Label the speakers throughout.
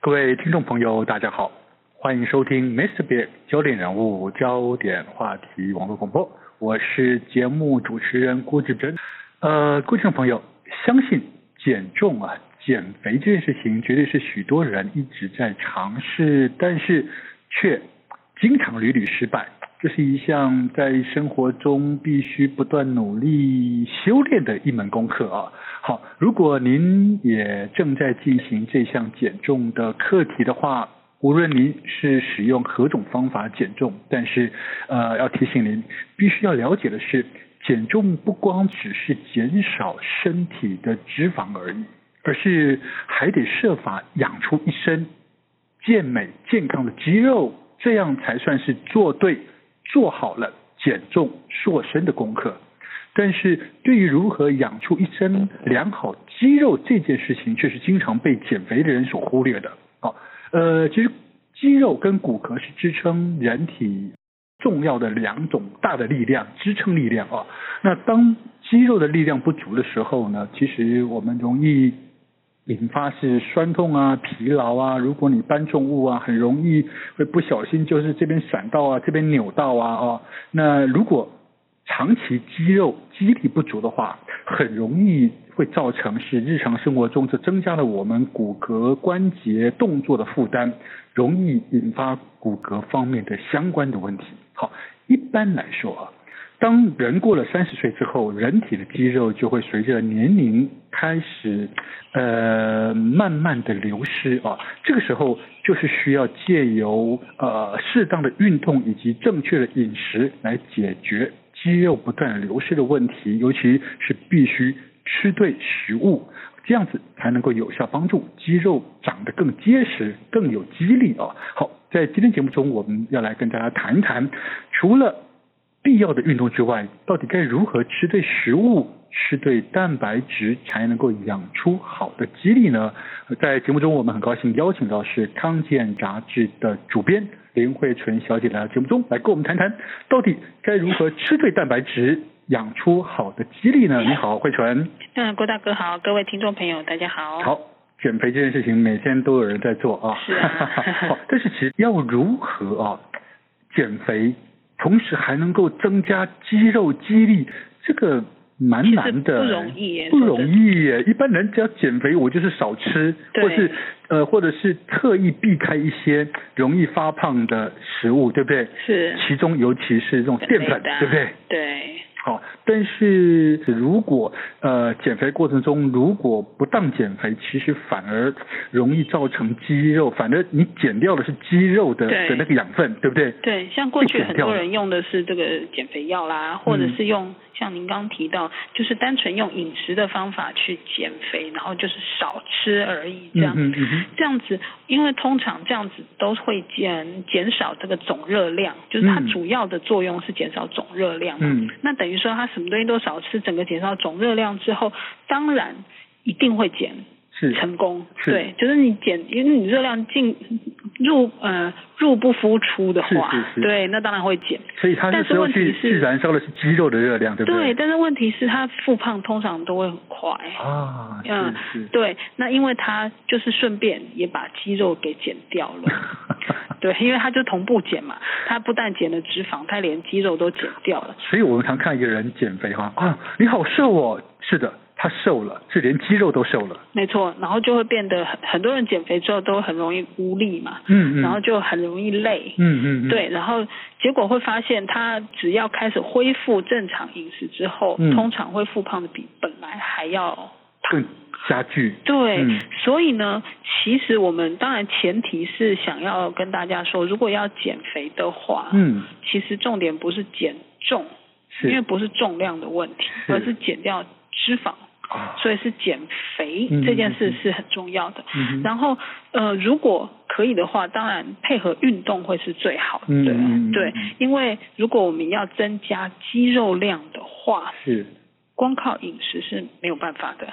Speaker 1: 各位听众朋友，大家好，欢迎收听 Mr. Big 焦点人物、焦点话题网络广播，我是节目主持人郭志珍。呃，各位听众朋友，相信减重啊、减肥这件事情，绝对是许多人一直在尝试，但是却经常屡屡失败。这是一项在生活中必须不断努力修炼的一门功课啊。好，如果您也正在进行这项减重的课题的话，无论您是使用何种方法减重，但是呃，要提醒您，必须要了解的是，减重不光只是减少身体的脂肪而已，而是还得设法养出一身健美健康的肌肉，这样才算是做对。做好了减重塑身的功课，但是对于如何养出一身良好肌肉这件事情，却是经常被减肥的人所忽略的。好、哦，呃，其实肌肉跟骨骼是支撑人体重要的两种大的力量，支撑力量啊、哦。那当肌肉的力量不足的时候呢，其实我们容易。引发是酸痛啊、疲劳啊，如果你搬重物啊，很容易会不小心就是这边闪到啊，这边扭到啊哦。那如果长期肌肉肌力不足的话，很容易会造成是日常生活中这增加了我们骨骼关节动作的负担，容易引发骨骼方面的相关的问题。好，一般来说啊。当人过了三十岁之后，人体的肌肉就会随着年龄开始，呃，慢慢的流失啊。这个时候就是需要借由呃适当的运动以及正确的饮食来解决肌肉不断流失的问题，尤其是必须吃对食物，这样子才能够有效帮助肌肉长得更结实、更有肌力啊。好，在今天节目中，我们要来跟大家谈一谈，除了必要的运动之外，到底该如何吃对食物、吃对蛋白质，才能够养出好的肌力呢？在节目中，我们很高兴邀请到是《康健》杂志的主编林慧纯小姐来到节目中，来跟我们谈谈到底该如何吃对蛋白质，养出好的肌力呢？你好，慧纯。
Speaker 2: 嗯，郭大哥好，各位听众朋友，大家好。
Speaker 1: 好，减肥这件事情每天都有人在做啊。
Speaker 2: 是啊。
Speaker 1: 好，但是其实要如何啊减肥？同时还能够增加肌肉肌力，这个蛮难的，
Speaker 2: 不容易，
Speaker 1: 不容易耶。一般人只要减肥，我就是少吃，或是呃，或者是特意避开一些容易发胖的食物，对不对？
Speaker 2: 是。
Speaker 1: 其中尤其是这种淀粉，对不对？
Speaker 2: 对。
Speaker 1: 好，但是如果呃减肥过程中如果不当减肥，其实反而容易造成肌肉，反正你减掉的是肌肉的的那个养分，对不对？
Speaker 2: 对，像过去很多人用的是这个减肥药啦，或者是用、嗯、像您刚提到，就是单纯用饮食的方法去减肥，然后就是少吃而已，这样、
Speaker 1: 嗯嗯、
Speaker 2: 这样子，因为通常这样子都会减减少这个总热量，就是它主要的作用是减少总热量，
Speaker 1: 嗯，
Speaker 2: 那等于。说他什么东西都少吃，整个减少总热量之后，当然一定会减成功。对，就是你减，因为你热量进入呃入不敷出的话，
Speaker 1: 是是是
Speaker 2: 对，那当然会减。
Speaker 1: 所以它
Speaker 2: 但是问题
Speaker 1: 是燃烧的是肌肉的热量，对不对？
Speaker 2: 对，但是问题是它复胖通常都会很快
Speaker 1: 啊。
Speaker 2: 嗯，对，那因为它就是顺便也把肌肉给减掉了。 对，因为他就同步减嘛，他不但减了脂肪，他连肌肉都减掉了。
Speaker 1: 所以我们常看一个人减肥哈啊，你好瘦哦，是的，他瘦了，是连肌肉都瘦了。
Speaker 2: 没错，然后就会变得很很多人减肥之后都很容易无力嘛，
Speaker 1: 嗯嗯，
Speaker 2: 然后就很容易累，
Speaker 1: 嗯,嗯嗯，
Speaker 2: 对，然后结果会发现他只要开始恢复正常饮食之后，
Speaker 1: 嗯、
Speaker 2: 通常会复胖的比本来还要。
Speaker 1: 更加剧
Speaker 2: 对，
Speaker 1: 嗯、
Speaker 2: 所以呢，其实我们当然前提是想要跟大家说，如果要减肥的话，
Speaker 1: 嗯，
Speaker 2: 其实重点不是减重，
Speaker 1: 因
Speaker 2: 为不是重量的问题，
Speaker 1: 是
Speaker 2: 而是减掉脂肪，
Speaker 1: 啊、
Speaker 2: 所以是减肥、
Speaker 1: 嗯、
Speaker 2: 这件事是很重要的。
Speaker 1: 嗯、
Speaker 2: 然后呃，如果可以的话，当然配合运动会是最好的，
Speaker 1: 嗯
Speaker 2: 对，因为如果我们要增加肌肉量的话，
Speaker 1: 是。
Speaker 2: 光靠饮食是没有办法的，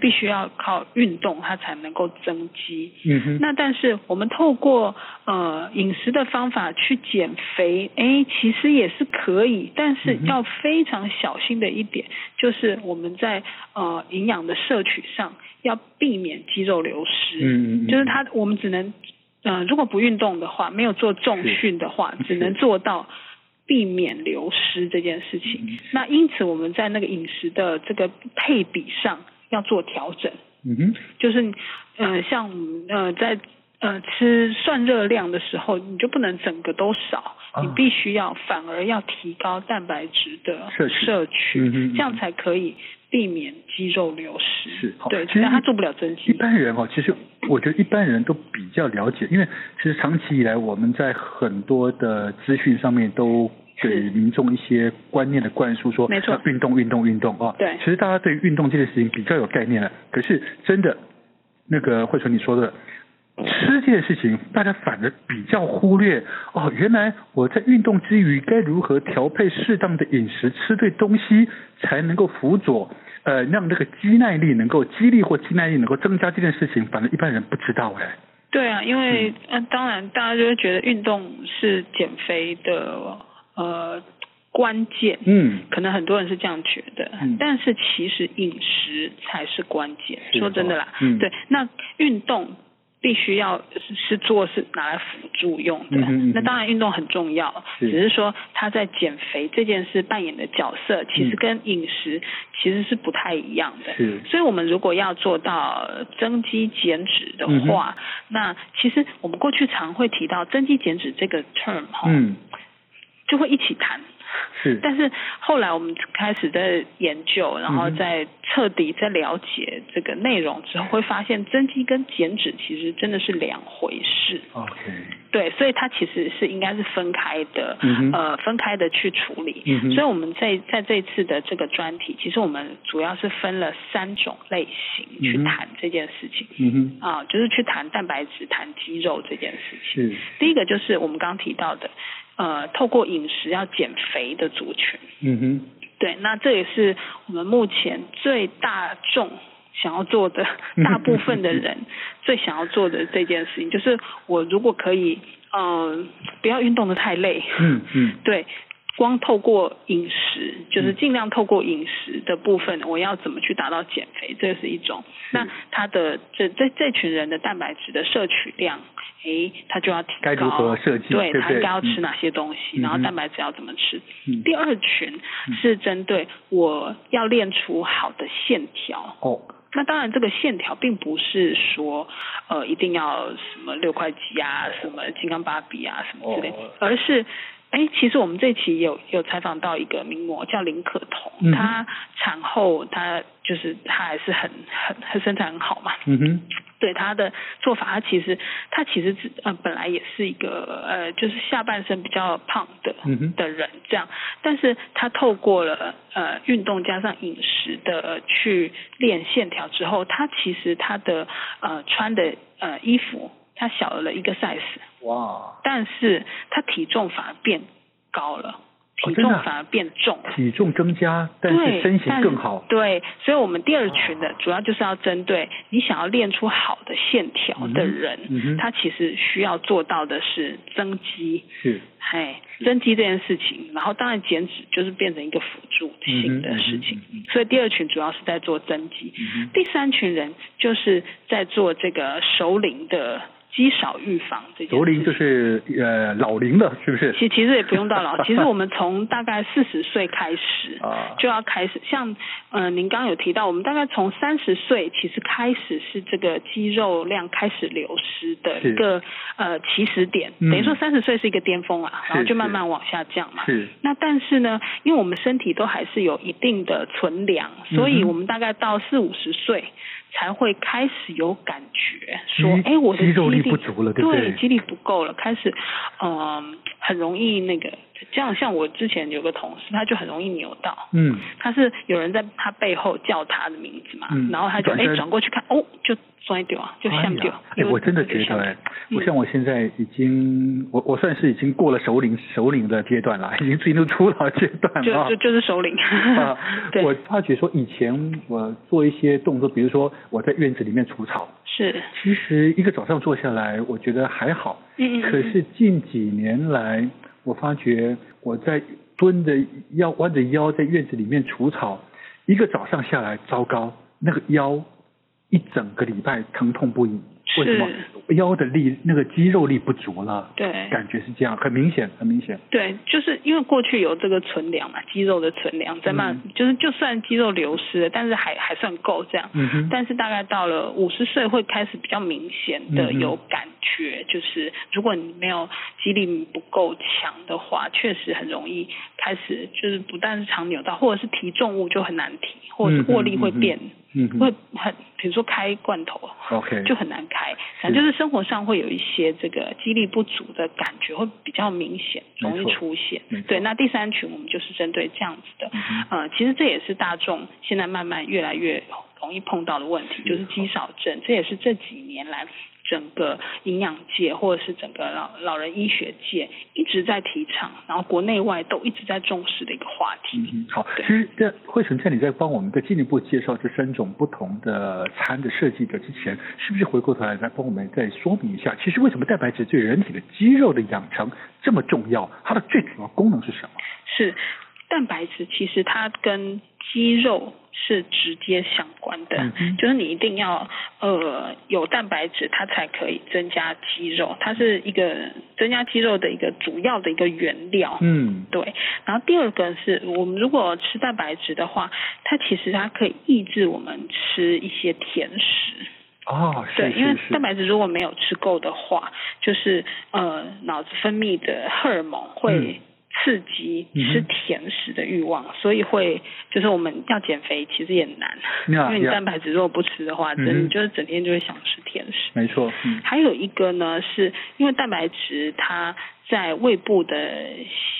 Speaker 2: 必须要靠运动它才能够增肌。
Speaker 1: 嗯哼，
Speaker 2: 那但是我们透过呃饮食的方法去减肥，哎，其实也是可以，但是要
Speaker 1: 嗯
Speaker 2: 非常小心的一点、嗯、就是我们在呃营养的摄取上要避免肌肉流失。
Speaker 1: 嗯嗯，
Speaker 2: 就是它我们只能嗯、呃、如果不运动的话，没有做重训的话，只能做到。避免流失这件事情，嗯、那因此我们在那个饮食的这个配比上要做调整。
Speaker 1: 嗯哼，
Speaker 2: 就是呃，像呃在呃吃算热量的时候，你就不能整个都少，啊、你必须要反而要提高蛋白质的
Speaker 1: 摄
Speaker 2: 取，摄
Speaker 1: 取
Speaker 2: 嗯嗯这样才可以避免肌肉流失。
Speaker 1: 是，
Speaker 2: 对，但他做不了增肌。
Speaker 1: 一般人哦，其实我觉得一般人都比较了解，因为其实长期以来我们在很多的资讯上面都。给民众一些观念的灌输，说要运动运动运动啊。
Speaker 2: 对，
Speaker 1: 其实大家对运动这件事情比较有概念了。可是真的，那个慧纯你说的吃这件事情，大家反而比较忽略哦。原来我在运动之余，该如何调配适当的饮食，吃对东西，才能够辅佐呃让这个肌耐力能够肌力或肌耐力能够增加这件事情，反而一般人不知道哎。
Speaker 2: 对啊，因为嗯、呃，当然大家就会觉得运动是减肥的。呃，关键，
Speaker 1: 嗯，
Speaker 2: 可能很多人是这样觉得，
Speaker 1: 嗯、
Speaker 2: 但是其实饮食才是关键。说真的啦，
Speaker 1: 嗯，
Speaker 2: 对，那运动必须要是做是拿来辅助用的，
Speaker 1: 嗯哼嗯哼
Speaker 2: 那当然运动很重要，
Speaker 1: 是
Speaker 2: 只是说他在减肥这件事扮演的角
Speaker 1: 嗯
Speaker 2: 色，其实跟饮食其实是不太一样的。
Speaker 1: 是，
Speaker 2: 所以我们如果要做到增肌减脂的
Speaker 1: 嗯
Speaker 2: 话，那其实我们过去常会提到增肌减脂这个 term 哈，
Speaker 1: 嗯。
Speaker 2: 就会一起谈，
Speaker 1: 是，
Speaker 2: 但是后来我们开始在研究，然后
Speaker 1: 嗯
Speaker 2: 在彻底在了解这个内容之后，会发现增肌跟减脂其实真的是两回事。
Speaker 1: OK，
Speaker 2: 对，所以它其实是应该是分开的，
Speaker 1: 嗯哼
Speaker 2: 呃，分开的去处理。
Speaker 1: 嗯哼
Speaker 2: 所以我们在在这次的这个专题，其实我们主要是分了三种类型
Speaker 1: 嗯
Speaker 2: 去
Speaker 1: 哼
Speaker 2: 谈这件事情。
Speaker 1: 嗯哼，
Speaker 2: 啊，就是去谈蛋白质、谈肌肉这件事情。
Speaker 1: 是，
Speaker 2: 第一个就是我们刚刚提到的，呃，透过饮食要减肥的族群，
Speaker 1: 嗯哼，
Speaker 2: 对，那这也是我们目前最大众想要做 的，大部分的人最想要做的这件事情，就是我如果可以，嗯、不要运动的太累，
Speaker 1: 嗯嗯，
Speaker 2: 对，光透过饮食，就是尽量透过饮食的部分，我要怎么去达到减肥，这是一种。
Speaker 1: 嗯
Speaker 2: 那他的这这这群人的蛋白质的摄取量，诶，他就要提高。
Speaker 1: 该如何设计
Speaker 2: 对
Speaker 1: 对不
Speaker 2: 他
Speaker 1: 对
Speaker 2: 应该要
Speaker 1: 嗯
Speaker 2: 吃哪些东西，
Speaker 1: 嗯
Speaker 2: 然后
Speaker 1: 哼
Speaker 2: 蛋白质要怎么吃。
Speaker 1: 嗯
Speaker 2: 第二群是针对我要练出好的线条。
Speaker 1: 哦，
Speaker 2: 那当然，这个线条并不是说，呃，一定要什么六块肌啊，什么金刚芭比啊，什么之类，
Speaker 1: 哦
Speaker 2: 而是，哎，其实我们这期有有采访到一个名模叫林可彤，
Speaker 1: 嗯哼
Speaker 2: 她产后她就是她还是很很很身材很好嘛，
Speaker 1: 嗯哼，
Speaker 2: 对她的做法，她其实她其实是呃本来也是一个呃就是下半身比较胖的，
Speaker 1: 嗯哼
Speaker 2: 的人这样，但是他透过了呃运动加上饮食的、呃去练线条之后，他其实他的呃穿的呃衣服他小了一个 size，
Speaker 1: 哇，
Speaker 2: 但是他体重反而变高了，体
Speaker 1: 真
Speaker 2: 重
Speaker 1: 的啊
Speaker 2: 反而变重。
Speaker 1: 体重增加，但
Speaker 2: 对
Speaker 1: 是身形
Speaker 2: 但
Speaker 1: 更好，哦
Speaker 2: 对，所以我们第二群的主要就是要针对你想要练出好的线条的人，
Speaker 1: 嗯哼嗯哼
Speaker 2: 他其实需要做到的是增肌，
Speaker 1: 是，
Speaker 2: 哎，
Speaker 1: 是
Speaker 2: 增肌这件事情，然后当然减脂就是变成一个辅助性的事情，
Speaker 1: 嗯哼嗯哼嗯
Speaker 2: 所以第二群主要是在做增肌，
Speaker 1: 嗯
Speaker 2: 第三群人就是在做这个熟龄的肌少预防这件事情。
Speaker 1: 熟龄就是呃老龄了，是不是？
Speaker 2: 其其实也不用到老， 其实我们从大概四十岁开始
Speaker 1: 啊
Speaker 2: 就要开始，像呃您刚刚有提到，我们大概从三十岁其实开始是这个肌肉量开始流失的
Speaker 1: 是
Speaker 2: 一个呃起始点，
Speaker 1: 嗯
Speaker 2: 等于说三十岁是一个巅峰啊，
Speaker 1: 是
Speaker 2: 然后就慢慢往下降嘛。
Speaker 1: 是，
Speaker 2: 那但是呢，因为我们身体都还是有一定的存粮，
Speaker 1: 嗯哼
Speaker 2: 所以我们大概到四五十岁才会开始有感觉，说，
Speaker 1: 肌
Speaker 2: 哎，我的
Speaker 1: 嗯肌肉力
Speaker 2: 力
Speaker 1: 不足了对
Speaker 2: 对
Speaker 1: 不对
Speaker 2: 肌力不够了，开始，嗯、很容易那个，这样像我之前有个同事，他就很容易扭到。嗯。他是有人在他背后叫他的名字嘛，嗯、然后他就哎转过去看，哦，就摔掉啊，就向掉。
Speaker 1: 哎,哎，我真的觉得哎，
Speaker 2: 嗯
Speaker 1: 不像我现在已经，我我算是已经过了首领首领的阶段了， 已经进入初老阶段
Speaker 2: 了。就就就是 首领。 啊、
Speaker 1: 我发觉说以前我做一些动作，比如说我在院子里面除草。
Speaker 2: 是，
Speaker 1: 其实一个早上做下来，我觉得还好。
Speaker 2: 嗯嗯。
Speaker 1: 可是近几年来，我发觉我在蹲着腰、弯着腰在院子里面除草，一个早上下来，糟糕，那个腰一整个礼拜疼痛不已。为什么？腰的力那个肌肉力不足了。
Speaker 2: 对。
Speaker 1: 感觉是这样，很明显，很明显。
Speaker 2: 对，就是因为过去有这个存粮嘛，肌肉的存粮在慢，嗯、就是就算肌肉流失了，但是还还算够这样。
Speaker 1: 嗯哼。
Speaker 2: 但是大概到了五十岁会开始比较明显的有感觉，嗯、就是如果你没有肌力不够强的话，确实很容易开始就是不但是常扭到，或者是提重物就很难提，或者是握力会变。
Speaker 1: 嗯嗯，
Speaker 2: 会很，比如说开罐头
Speaker 1: ，OK，
Speaker 2: 就很难开。反正就是生活上会有一些这个肌力不足的感觉，会比较明显，容易出现。对，那第三群我们就是针对这样子的，
Speaker 1: 嗯、
Speaker 2: 呃，其实这也是大众现在慢慢越来越容易碰到的问题，就是肌少症，这也是这几年来。整个营养界或者是整个老老人医学界一直在提倡，然后国内外都一直在重视的一个话题。
Speaker 1: 嗯，好，其实这惠纯在你在帮我们再进一步介绍这三种不同的餐的设计的之前，是不是回过头来再帮我们再说明一下，其实为什么蛋白质对人体的肌肉的养成这么重要？它的最主要功能是什么？
Speaker 2: 是蛋白质，其实它跟肌肉。是直接相关的，
Speaker 1: 嗯、
Speaker 2: 就是你一定要呃有蛋白质，它才可以增加肌肉，它是一个增加肌肉的一个主要的一个原料。
Speaker 1: 嗯，
Speaker 2: 对。然后第二个是我们如果吃蛋白质的话，它其实它可以抑制我们吃一些甜食。
Speaker 1: 哦，
Speaker 2: 对，
Speaker 1: 是
Speaker 2: 因为
Speaker 1: 是
Speaker 2: 蛋白质如果没有吃够的话，就是呃脑子分泌的荷尔蒙会、
Speaker 1: 嗯。
Speaker 2: 刺激吃甜食的欲望，嗯、所以会就是我们要减肥其实也难
Speaker 1: ，yeah,
Speaker 2: 因为你蛋白质如果不吃的话，
Speaker 1: 嗯、
Speaker 2: 真你就是整天就会想吃甜食。
Speaker 1: 没错。嗯、
Speaker 2: 还有一个呢，是因为蛋白质它在胃部的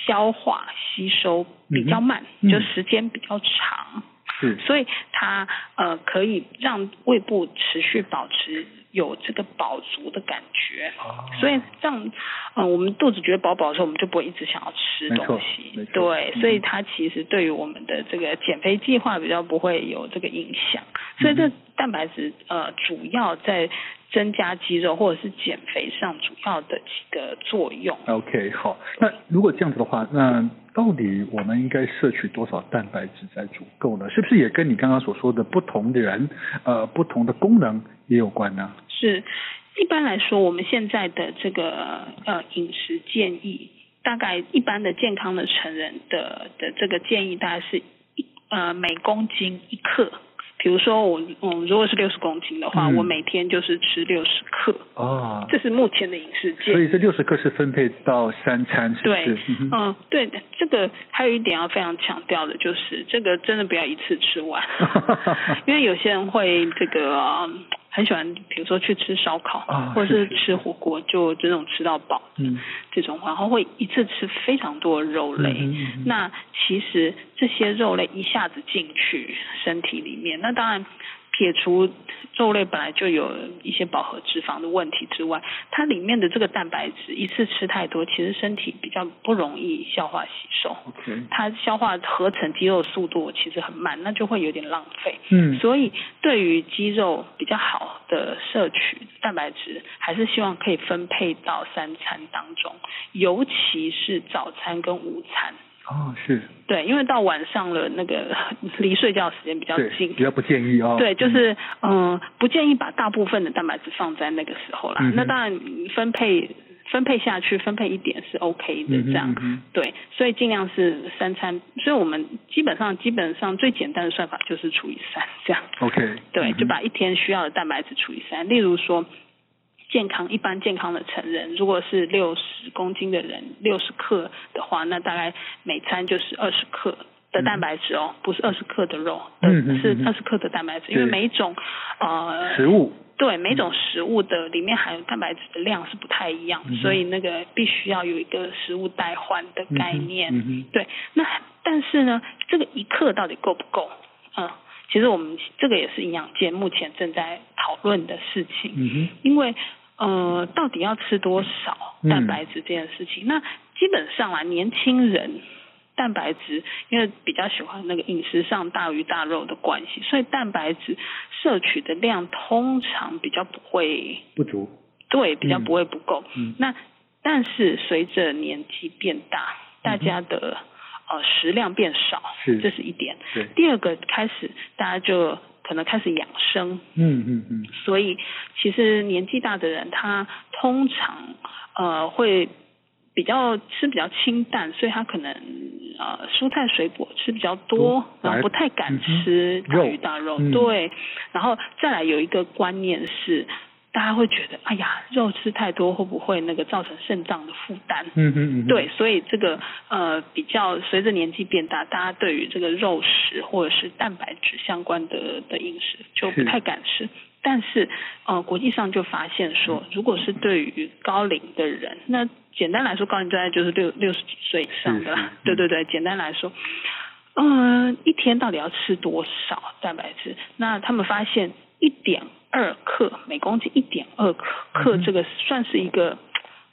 Speaker 2: 消化吸收
Speaker 1: 嗯
Speaker 2: 比较慢，就时间比较长，
Speaker 1: 是，
Speaker 2: 所以它呃可以让胃部持续保持。有这个饱足的感觉，
Speaker 1: 哦、
Speaker 2: 所以让嗯、呃、我们肚子觉得饱饱的时候，我们就不会一直想要吃东西。对，
Speaker 1: 嗯、
Speaker 2: 所以它其实对于我们的这个减肥计划比较不会有这个影响。
Speaker 1: 嗯
Speaker 2: 所以这蛋白质呃主要在增加肌肉或者是减肥上主要的几个作用。
Speaker 1: 啊 OK，好，那如果这样子的话，那到底我们应该摄取多少蛋白质才足够呢？是不是也跟你刚刚所说的不同的人呃不同的功能也有关呢？
Speaker 2: 是，一般来说，我们现在的这个呃饮食建议，大概一般的健康的成人的的这个建议，大概是一呃每公斤一克。比如说我嗯，如果是六十公斤的话，
Speaker 1: 嗯、
Speaker 2: 我每天就是吃六十克。
Speaker 1: 哦，
Speaker 2: 这是目前的饮食建议。
Speaker 1: 所以这六十克是分配到三餐，是不
Speaker 2: 对，
Speaker 1: 嗯、
Speaker 2: 呃，对，这个还有一点要非常强调的就是，这个真的不要一次吃 完，因为有些人会这个、呃、很喜欢，比如说去吃烧烤，
Speaker 1: 啊、
Speaker 2: 或者
Speaker 1: 是
Speaker 2: 吃火锅，就这种吃到饱，
Speaker 1: 嗯，
Speaker 2: 这种然后会一次吃非常多肉类，
Speaker 1: 嗯嗯
Speaker 2: 那其实这些肉类一下子进去身体里面，那当然。撇除肉类本来就有一些饱和脂肪的问题之外，它里面的这个蛋白质一次吃太多，其实身体比较不容易消化吸收。
Speaker 1: OK，
Speaker 2: 它消化合成肌肉速度其实很慢，那就会有点浪费。
Speaker 1: 嗯，
Speaker 2: 所以对于肌肉比较好的摄取蛋白质，还是希望可以分配到三餐当中，尤其是早餐跟午餐。
Speaker 1: 哦，是。
Speaker 2: 对，因为到晚上了，那个 离睡觉时间比较近，
Speaker 1: 比较不建议哦。
Speaker 2: 对，就是嗯、呃，不建议把大部分的蛋白质放在那个时候啦。
Speaker 1: 嗯哼
Speaker 2: 那当然分配分配下去，分配一点是 OK 的，这样、
Speaker 1: 嗯哼嗯哼
Speaker 2: 对。所以尽量是三餐，所以我们基本上基本上最简单的算法就是除以三这样。
Speaker 1: OK，
Speaker 2: 对，
Speaker 1: 嗯哼
Speaker 2: 就把一天需要的蛋白质除以三。例如说，健康一般健康的成人，如果是六十公斤的人，六十克的话，那大概每餐就是二十克的蛋白质
Speaker 1: 嗯
Speaker 2: 哦，不是二十克的肉，的是二十克的蛋白质，因为每一种呃
Speaker 1: 食物。
Speaker 2: 对每种食物的里面含有蛋白质的量是不太一样，嗯、所以那个必须要有一个食物代换的概念。
Speaker 1: 嗯嗯、
Speaker 2: 对，那但是呢，这个一克到底够不够？嗯，其实我们这个也是营养界目前正在讨论的事
Speaker 1: 嗯
Speaker 2: 情。因为呃，到底要吃多少
Speaker 1: 嗯
Speaker 2: 蛋白质这件事情，那基本上啊，年轻人。蛋白质，因为比较喜欢那个饮食上大鱼大肉的关系，所以蛋白质摄取的量通常比较不会
Speaker 1: 不足，
Speaker 2: 对，比较不会不够。
Speaker 1: 嗯嗯、
Speaker 2: 那但是随着年纪变大，大家的、嗯、呃食量变少，
Speaker 1: 是
Speaker 2: 这是一点。第二个开始大家就可能开始养生，
Speaker 1: 嗯嗯嗯。
Speaker 2: 所以其实年纪大的人，他通常呃会。比较吃比较清淡，所以他可能呃蔬菜水果吃比较多，然后不太敢吃大鱼大肉，
Speaker 1: 嗯、
Speaker 2: 对。然后再来有一个观念是，大家会觉得哎呀肉吃太多会不会那个造成肾脏的负担？
Speaker 1: 嗯嗯嗯。
Speaker 2: 对，所以这个呃比较随着年纪变大，大家对于这个肉食或者是蛋白质相关的的饮食就不太敢吃。嗯但是，呃，国际上就发现说，如果是对于高龄的人，那简单来说，高龄大概就是六六十几岁以上的啦。对对对，简单来说，嗯、呃，一天到底要吃多少蛋白质？那他们发现一点二克每公斤一点二克克这个算是一个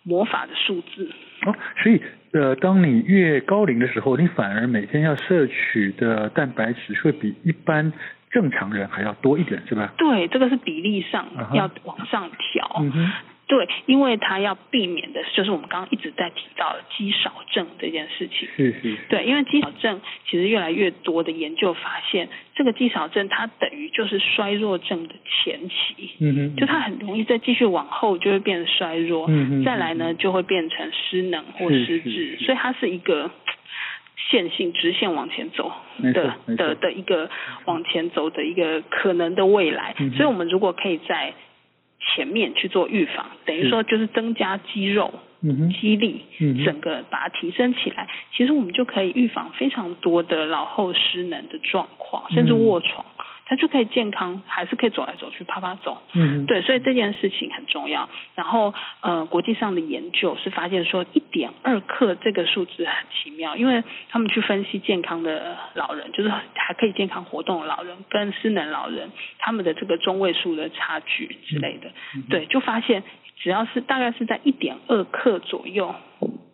Speaker 2: 魔法的数字。
Speaker 1: 哦，所以呃，当你越高龄的时候，你反而每天要摄取的蛋白质会比一般。正常人还要多一点是吧？
Speaker 2: 对，这个是比例上要往上调。Uh huh. 嗯对，因为它要避免的就是我们刚刚一直在提到肌少症这件事情。
Speaker 1: 是,是是。
Speaker 2: 对，因为肌少症其实越来越多的研究发现，这个肌少症它等于就是衰弱症的前期。
Speaker 1: 嗯哼。
Speaker 2: 就它很容易再继续往后就会变得衰弱。
Speaker 1: 嗯哼。
Speaker 2: 再来呢，就会变成失能或失智，
Speaker 1: 是是
Speaker 2: 所以它是一个。线性直线往前走的的的一个往前走的一个可能的未来，
Speaker 1: 嗯、
Speaker 2: 所以我们如果可以在前面去做预防，等于说就是增加肌肉、
Speaker 1: 嗯、
Speaker 2: 肌力，
Speaker 1: 嗯、
Speaker 2: 整个把它提升起来，其实我们就可以预防非常多的老后失能的状况，甚
Speaker 1: 嗯
Speaker 2: 至卧床，他就可以健康，还是可以走来走去、啪啪走。
Speaker 1: 嗯，
Speaker 2: 对，所以这件事情很重要。然后呃，国际上的研究是发现说一点二克这个数字很奇妙，因为他们去分析健康的老人，就是还可以健康活动的老人跟失能老人，他们的这个中位数的差距之类的，
Speaker 1: 嗯嗯、
Speaker 2: 对，就发现只要是大概是在一点二克左右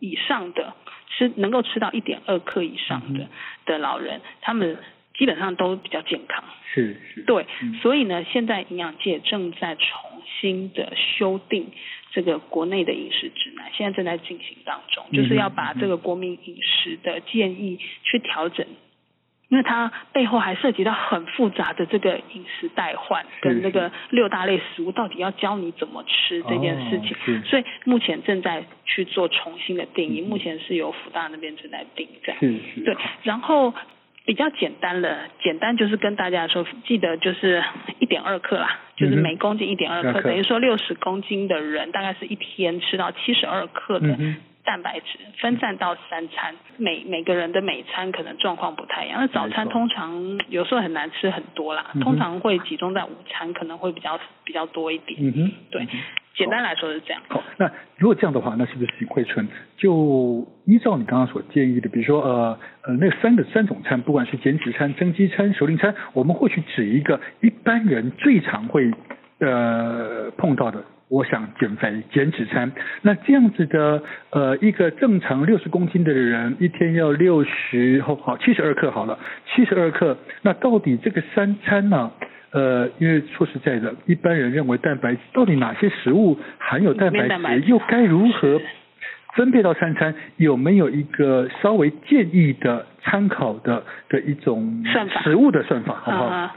Speaker 2: 以上的，吃能够吃到一点二克以上的、
Speaker 1: 嗯、
Speaker 2: 的老人，他们。基本上都比较健康，
Speaker 1: 是是，
Speaker 2: 对，
Speaker 1: 嗯、
Speaker 2: 所以呢，现在营养界正在重新的修订这个国内的饮食指南，现在正在进行当中，
Speaker 1: 嗯
Speaker 2: 就是要把这个国民饮食的建议去调整，因为它背后还涉及到很复杂的这个饮食代换跟这个六大类食物到底要教你怎么吃这件事情，
Speaker 1: 哦、
Speaker 2: 所以目前正在去做重新的定义，嗯、目前是由福大那边正在定这样，
Speaker 1: 是是，
Speaker 2: 对，然后。比较简单了，简单就是跟大家说，记得就是一点二克啦，
Speaker 1: 嗯、
Speaker 2: 就是每公斤一点二克，
Speaker 1: 克
Speaker 2: 等于说六十公斤的人大概是一天吃到七十二克的蛋白质，
Speaker 1: 嗯、
Speaker 2: 分散到三餐，每每个人的每餐可能状况不太一样。那早餐通常有时候很难吃很多啦，
Speaker 1: 嗯、
Speaker 2: 通常会集中在午餐，可能会比较比较多一点。
Speaker 1: 嗯哼，
Speaker 2: 对，简单来说是这样。
Speaker 1: 好，那如果这样的话，那是不是惠春就依照你刚刚所建议的，比如说呃。呃，那三个三种餐，不管是减脂餐、增肌餐、熟龄餐，我们或许指一个一般人最常会呃碰到的。我想减肥减脂餐，那这样子的呃一个正常六十公斤的人，一天要六十后好七十二克好了，七十二克，那到底这个三餐呢、啊？呃，因为说实在的，一般人认为蛋白质到底哪些食物含有蛋白质，
Speaker 2: 白质
Speaker 1: 又该如何？分配到三餐有没有一个稍微建议的参考的的一种
Speaker 2: 算法
Speaker 1: 食物的算法，好不好、
Speaker 2: 呃？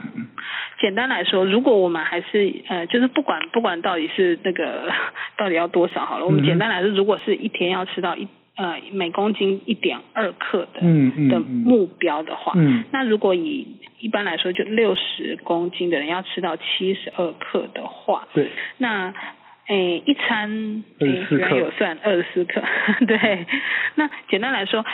Speaker 2: 简单来说，如果我们还是呃，就是不管不管到底是那个到底要多少好了，我
Speaker 1: 嗯
Speaker 2: 们简单来说，如果是一天要吃到一呃每公斤一点二克的、
Speaker 1: 嗯嗯、
Speaker 2: 的目标的话，
Speaker 1: 嗯、
Speaker 2: 那如果以一般来说就六十公斤的人要吃到七十二克的话，
Speaker 1: 对，
Speaker 2: 那。诶，一餐
Speaker 1: 诶， 嗯
Speaker 2: 原有算二十四克，对。那简单来说，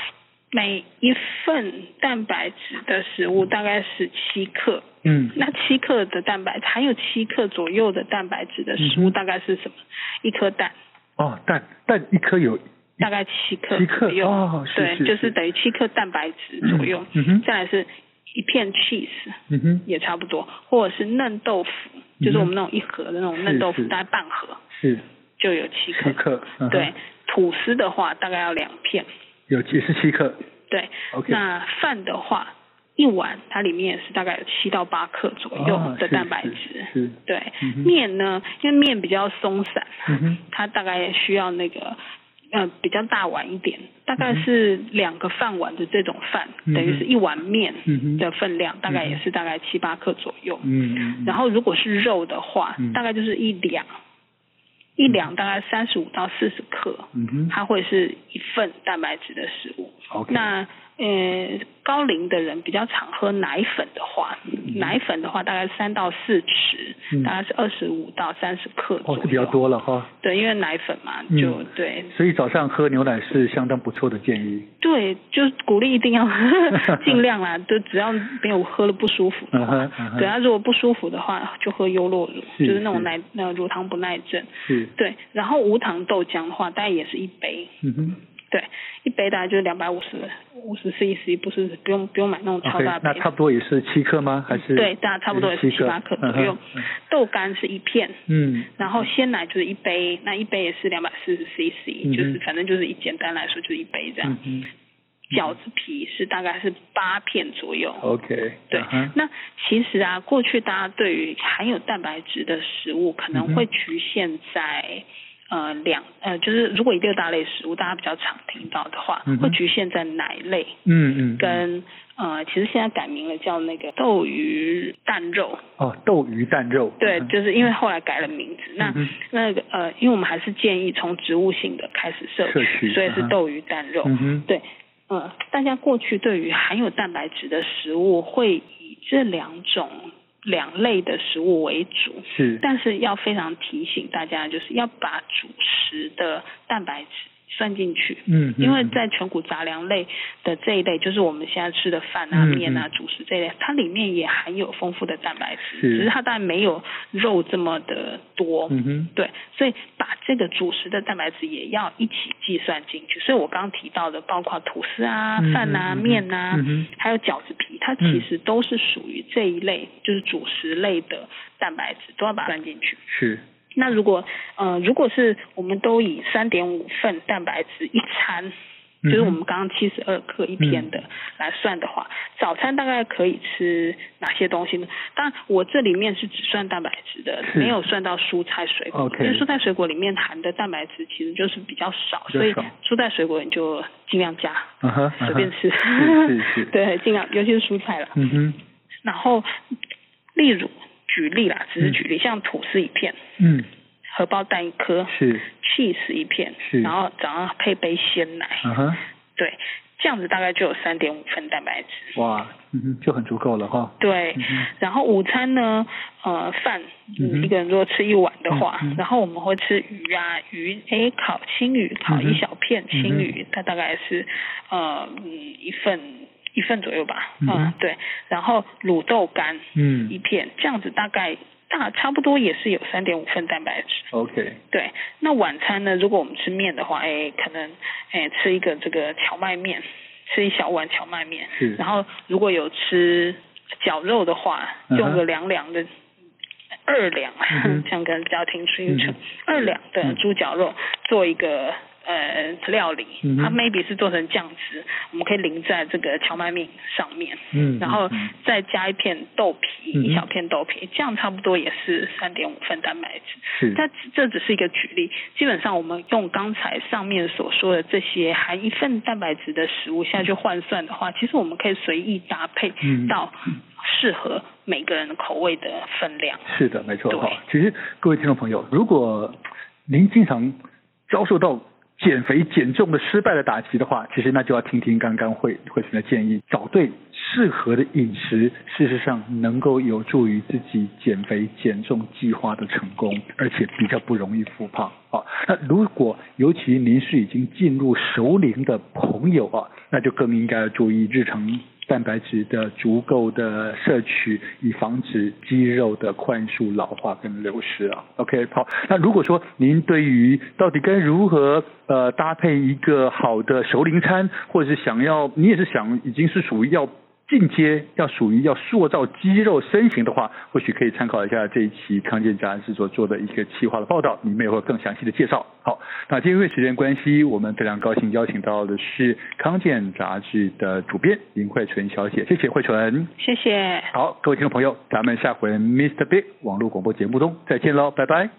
Speaker 2: 每一份蛋白质的食物大概是七克，
Speaker 1: 嗯
Speaker 2: 那七克的蛋白含有七克左右的蛋白质的食物
Speaker 1: 嗯哼
Speaker 2: 大概是什么？一颗蛋
Speaker 1: 哦，蛋蛋一颗有
Speaker 2: 大概七克
Speaker 1: 七克
Speaker 2: 左右，
Speaker 1: 哦是
Speaker 2: 对，
Speaker 1: 是
Speaker 2: 就是
Speaker 1: 是
Speaker 2: 等于七克蛋白质左右。
Speaker 1: 嗯哼
Speaker 2: 再来是一片 cheese，
Speaker 1: 嗯哼
Speaker 2: 也差不多，或者是嫩豆腐，
Speaker 1: 嗯
Speaker 2: 就是我们那种一盒的那种嫩豆腐，
Speaker 1: 是是
Speaker 2: 大概半盒
Speaker 1: 是
Speaker 2: 就有七克。
Speaker 1: 七克，嗯哼
Speaker 2: 对，吐司的话大概要两片。
Speaker 1: 有也是七克
Speaker 2: 对
Speaker 1: OK
Speaker 2: 那饭的话，一碗它里面也是大概有七到八克左右
Speaker 1: 啊
Speaker 2: 的
Speaker 1: 是
Speaker 2: 蛋白
Speaker 1: 是
Speaker 2: 质。
Speaker 1: 是
Speaker 2: 对，
Speaker 1: 嗯哼
Speaker 2: 面呢，因为面比较松散，
Speaker 1: 嗯哼
Speaker 2: 它大概需要那个。呃，比较大碗一点，大概
Speaker 1: 嗯哼
Speaker 2: 是两个饭碗的这种饭，
Speaker 1: 嗯哼
Speaker 2: 等于是一碗面
Speaker 1: 嗯哼
Speaker 2: 的分量，大概
Speaker 1: 嗯哼
Speaker 2: 也是大概七八克左右。
Speaker 1: 嗯嗯，嗯
Speaker 2: 然后如果是肉的话，
Speaker 1: 嗯
Speaker 2: 大概就是一两，一两大概三十五到四十克，
Speaker 1: 嗯哼
Speaker 2: 它会是一份蛋白质的食物。
Speaker 1: OK
Speaker 2: 那呃，高龄的人比较常喝奶粉的话，奶粉的话大概三到四匙，
Speaker 1: 嗯
Speaker 2: 大概是二十五到三十克左
Speaker 1: 哦
Speaker 2: 右。
Speaker 1: 是比较。多了哈，
Speaker 2: 对，因为奶粉嘛，
Speaker 1: 嗯
Speaker 2: 就、对
Speaker 1: 所以早上喝牛奶是相当不错的建议。
Speaker 2: 对，就鼓励一定要 尽 量啦，就只要没有喝了不舒服的
Speaker 1: 嗯
Speaker 2: 话，
Speaker 1: 哼嗯哼，
Speaker 2: 对，他如果不舒服的话，就喝优酪乳，
Speaker 1: 是
Speaker 2: 就是那种
Speaker 1: 是
Speaker 2: 奶那个乳糖不耐症。
Speaker 1: 是
Speaker 2: 对，然后无糖豆浆的话，大概也是一杯，
Speaker 1: 嗯哼
Speaker 2: 对，一杯大概就是两百五十五十 CC，不是不用不用买那种超
Speaker 1: ，OK，
Speaker 2: 大杯
Speaker 1: 那。差不多也是七克吗？还是
Speaker 2: 对，大概差不多也是七八克左右。
Speaker 1: 嗯哼
Speaker 2: 豆干是一片，
Speaker 1: 嗯，
Speaker 2: 然后鲜奶就是一杯，那一杯也是两百四十 CC，、
Speaker 1: 嗯哼
Speaker 2: 就是反正就是以简单来说就是一杯这样。
Speaker 1: 嗯哼
Speaker 2: 饺子皮是大概是八片左右。
Speaker 1: ，OK，
Speaker 2: 对
Speaker 1: 嗯哼，
Speaker 2: 那其实啊，过去大家对于含有蛋白质的食物可
Speaker 1: 嗯
Speaker 2: 能
Speaker 1: 哼
Speaker 2: 会局限在、呃两呃，就是如果以六大类食物大家比较常听到的话，
Speaker 1: 嗯哼
Speaker 2: 会局限在奶类
Speaker 1: 嗯嗯，
Speaker 2: 跟呃，其实现在改名了叫那个豆鱼蛋肉，
Speaker 1: 哦，豆鱼蛋肉，
Speaker 2: 对，
Speaker 1: 嗯哼
Speaker 2: 就是因为后来改了名字。那、
Speaker 1: 嗯哼
Speaker 2: 那个呃，因为我们还是建议从植物性的开始摄
Speaker 1: 摄取
Speaker 2: 所以是
Speaker 1: 嗯哼
Speaker 2: 豆鱼蛋肉。
Speaker 1: 嗯哼，
Speaker 2: 对，呃，大家过去对于含有蛋白质的食物会以这两种两类的食物为主，
Speaker 1: 是，
Speaker 2: 但是要非常提醒大家，就是要把主食的蛋白质算进去。
Speaker 1: 嗯，
Speaker 2: 因为
Speaker 1: 嗯
Speaker 2: 在全谷杂粮类的这一类，就是我们现在吃的饭啊、
Speaker 1: 嗯
Speaker 2: 面啊、
Speaker 1: 嗯
Speaker 2: 主食这一类，它里面也含有丰富的蛋白质，
Speaker 1: 是
Speaker 2: 只是它当然没有肉这么的多。
Speaker 1: 嗯哼，
Speaker 2: 对，所以把这个主食的蛋白质也要一起计算进去。所以我刚刚提到的，包括吐司啊、
Speaker 1: 嗯
Speaker 2: 饭啊、
Speaker 1: 嗯嗯
Speaker 2: 面啊，
Speaker 1: 嗯哼
Speaker 2: 还有饺子皮，它其实都是属于这一类，就是主食类的蛋白质，都要把它算进去。
Speaker 1: 是，
Speaker 2: 那如果呃，如果是我们都以三点五份蛋白质一餐。
Speaker 1: 嗯
Speaker 2: 就是
Speaker 1: 哼嗯
Speaker 2: 我们刚刚七十二克一天的来算的话，早餐大概可以吃哪些东西呢？当然，我这里面是只算蛋白质的，
Speaker 1: 是
Speaker 2: 没有算到蔬菜水果
Speaker 1: OK
Speaker 2: 因为蔬菜水果里面含的蛋白质其实就是比较少，
Speaker 1: 比较
Speaker 2: 所以
Speaker 1: 少
Speaker 2: 蔬菜水果你就尽量加，
Speaker 1: 嗯哼，
Speaker 2: 随便吃，
Speaker 1: 嗯哼是是是
Speaker 2: 对，尽量，尤其是蔬菜啦。
Speaker 1: 嗯哼，
Speaker 2: 然后，例如举例啦，只是
Speaker 1: 嗯
Speaker 2: 举例，像吐司一片，
Speaker 1: 嗯，
Speaker 2: 荷包蛋一颗
Speaker 1: 是，
Speaker 2: ，cheese 一片，
Speaker 1: 是
Speaker 2: 然后早上配杯鲜奶，
Speaker 1: 嗯哼，
Speaker 2: 对，这样子大概就有三点五份蛋白质。
Speaker 1: 哇，嗯哼，就很足够了哈，
Speaker 2: 对
Speaker 1: 嗯哼，
Speaker 2: 然后午餐呢，呃，饭，
Speaker 1: 嗯哼
Speaker 2: 一个人如果吃一碗的话
Speaker 1: 嗯哼，
Speaker 2: 然后我们会吃鱼啊，鱼，哎，烤青鱼，烤
Speaker 1: 嗯哼
Speaker 2: 一小片
Speaker 1: 嗯哼
Speaker 2: 青鱼，它大概是，呃，嗯，一份一份左右吧，
Speaker 1: 嗯哼
Speaker 2: 嗯，对，然后卤豆干
Speaker 1: 嗯
Speaker 2: 一片，这样子大概大差不多也是有三点五份蛋白质。
Speaker 1: ，OK，
Speaker 2: 对，那晚餐呢？如果我们吃面的话，哎，可能哎吃一个这个荞麦面，吃一小碗荞麦面。
Speaker 1: 是
Speaker 2: 然后如果有吃绞肉的话，
Speaker 1: 嗯哼
Speaker 2: 用个凉凉的二两，
Speaker 1: 嗯哼
Speaker 2: 这样跟比较听清楚
Speaker 1: 嗯，
Speaker 2: 二两的
Speaker 1: 嗯
Speaker 2: 猪绞肉做一个。呃，料理，
Speaker 1: 嗯哼
Speaker 2: 它 maybe 是做成酱汁，我们可以淋在这个荞麦面上面，
Speaker 1: 嗯，
Speaker 2: 然后
Speaker 1: 嗯
Speaker 2: 再加一片豆皮，
Speaker 1: 嗯哼
Speaker 2: 一小片豆皮，这样差不多也是三点五份蛋白质。
Speaker 1: 是，
Speaker 2: 那这只是一个举例，基本上我们用刚才上面所说的这些含一份蛋白质的食物下去换算的话，其实我们可以随意搭配
Speaker 1: 嗯
Speaker 2: 到适合每个人的口味的分量。
Speaker 1: 是的，没错
Speaker 2: 对
Speaker 1: 哈。其实各位听众朋友，如果您经常遭受到减肥减重的失败的打击的话，其实那就要听听刚刚慧慧群的建议，找对适合的饮食，事实上能够有助于自己减肥减重计划的成功，而且比较不容易复胖啊。那如果尤其您是已经进入熟龄的朋友啊，那就更应该注意日常蛋白质的足够的摄取，以防止肌肉的快速老化跟流失啊。OK，好，那如果说您对于到底该如何呃搭配一个好的熟龄餐，或者是想要你也是想已经是属于要。进阶要属于要塑造肌肉身形的话，或许可以参考一下这一期康健杂志所做的一个企划的报道，里面有更详细的介绍。好，那今天因为时间关系，我们非常高兴邀请到的是康健杂志的主编林慧纯小姐，谢谢慧纯，
Speaker 2: 谢谢。
Speaker 1: 好，各位听众朋友，咱们下回 Mr. Big 网络广播节目中再见喽，拜拜。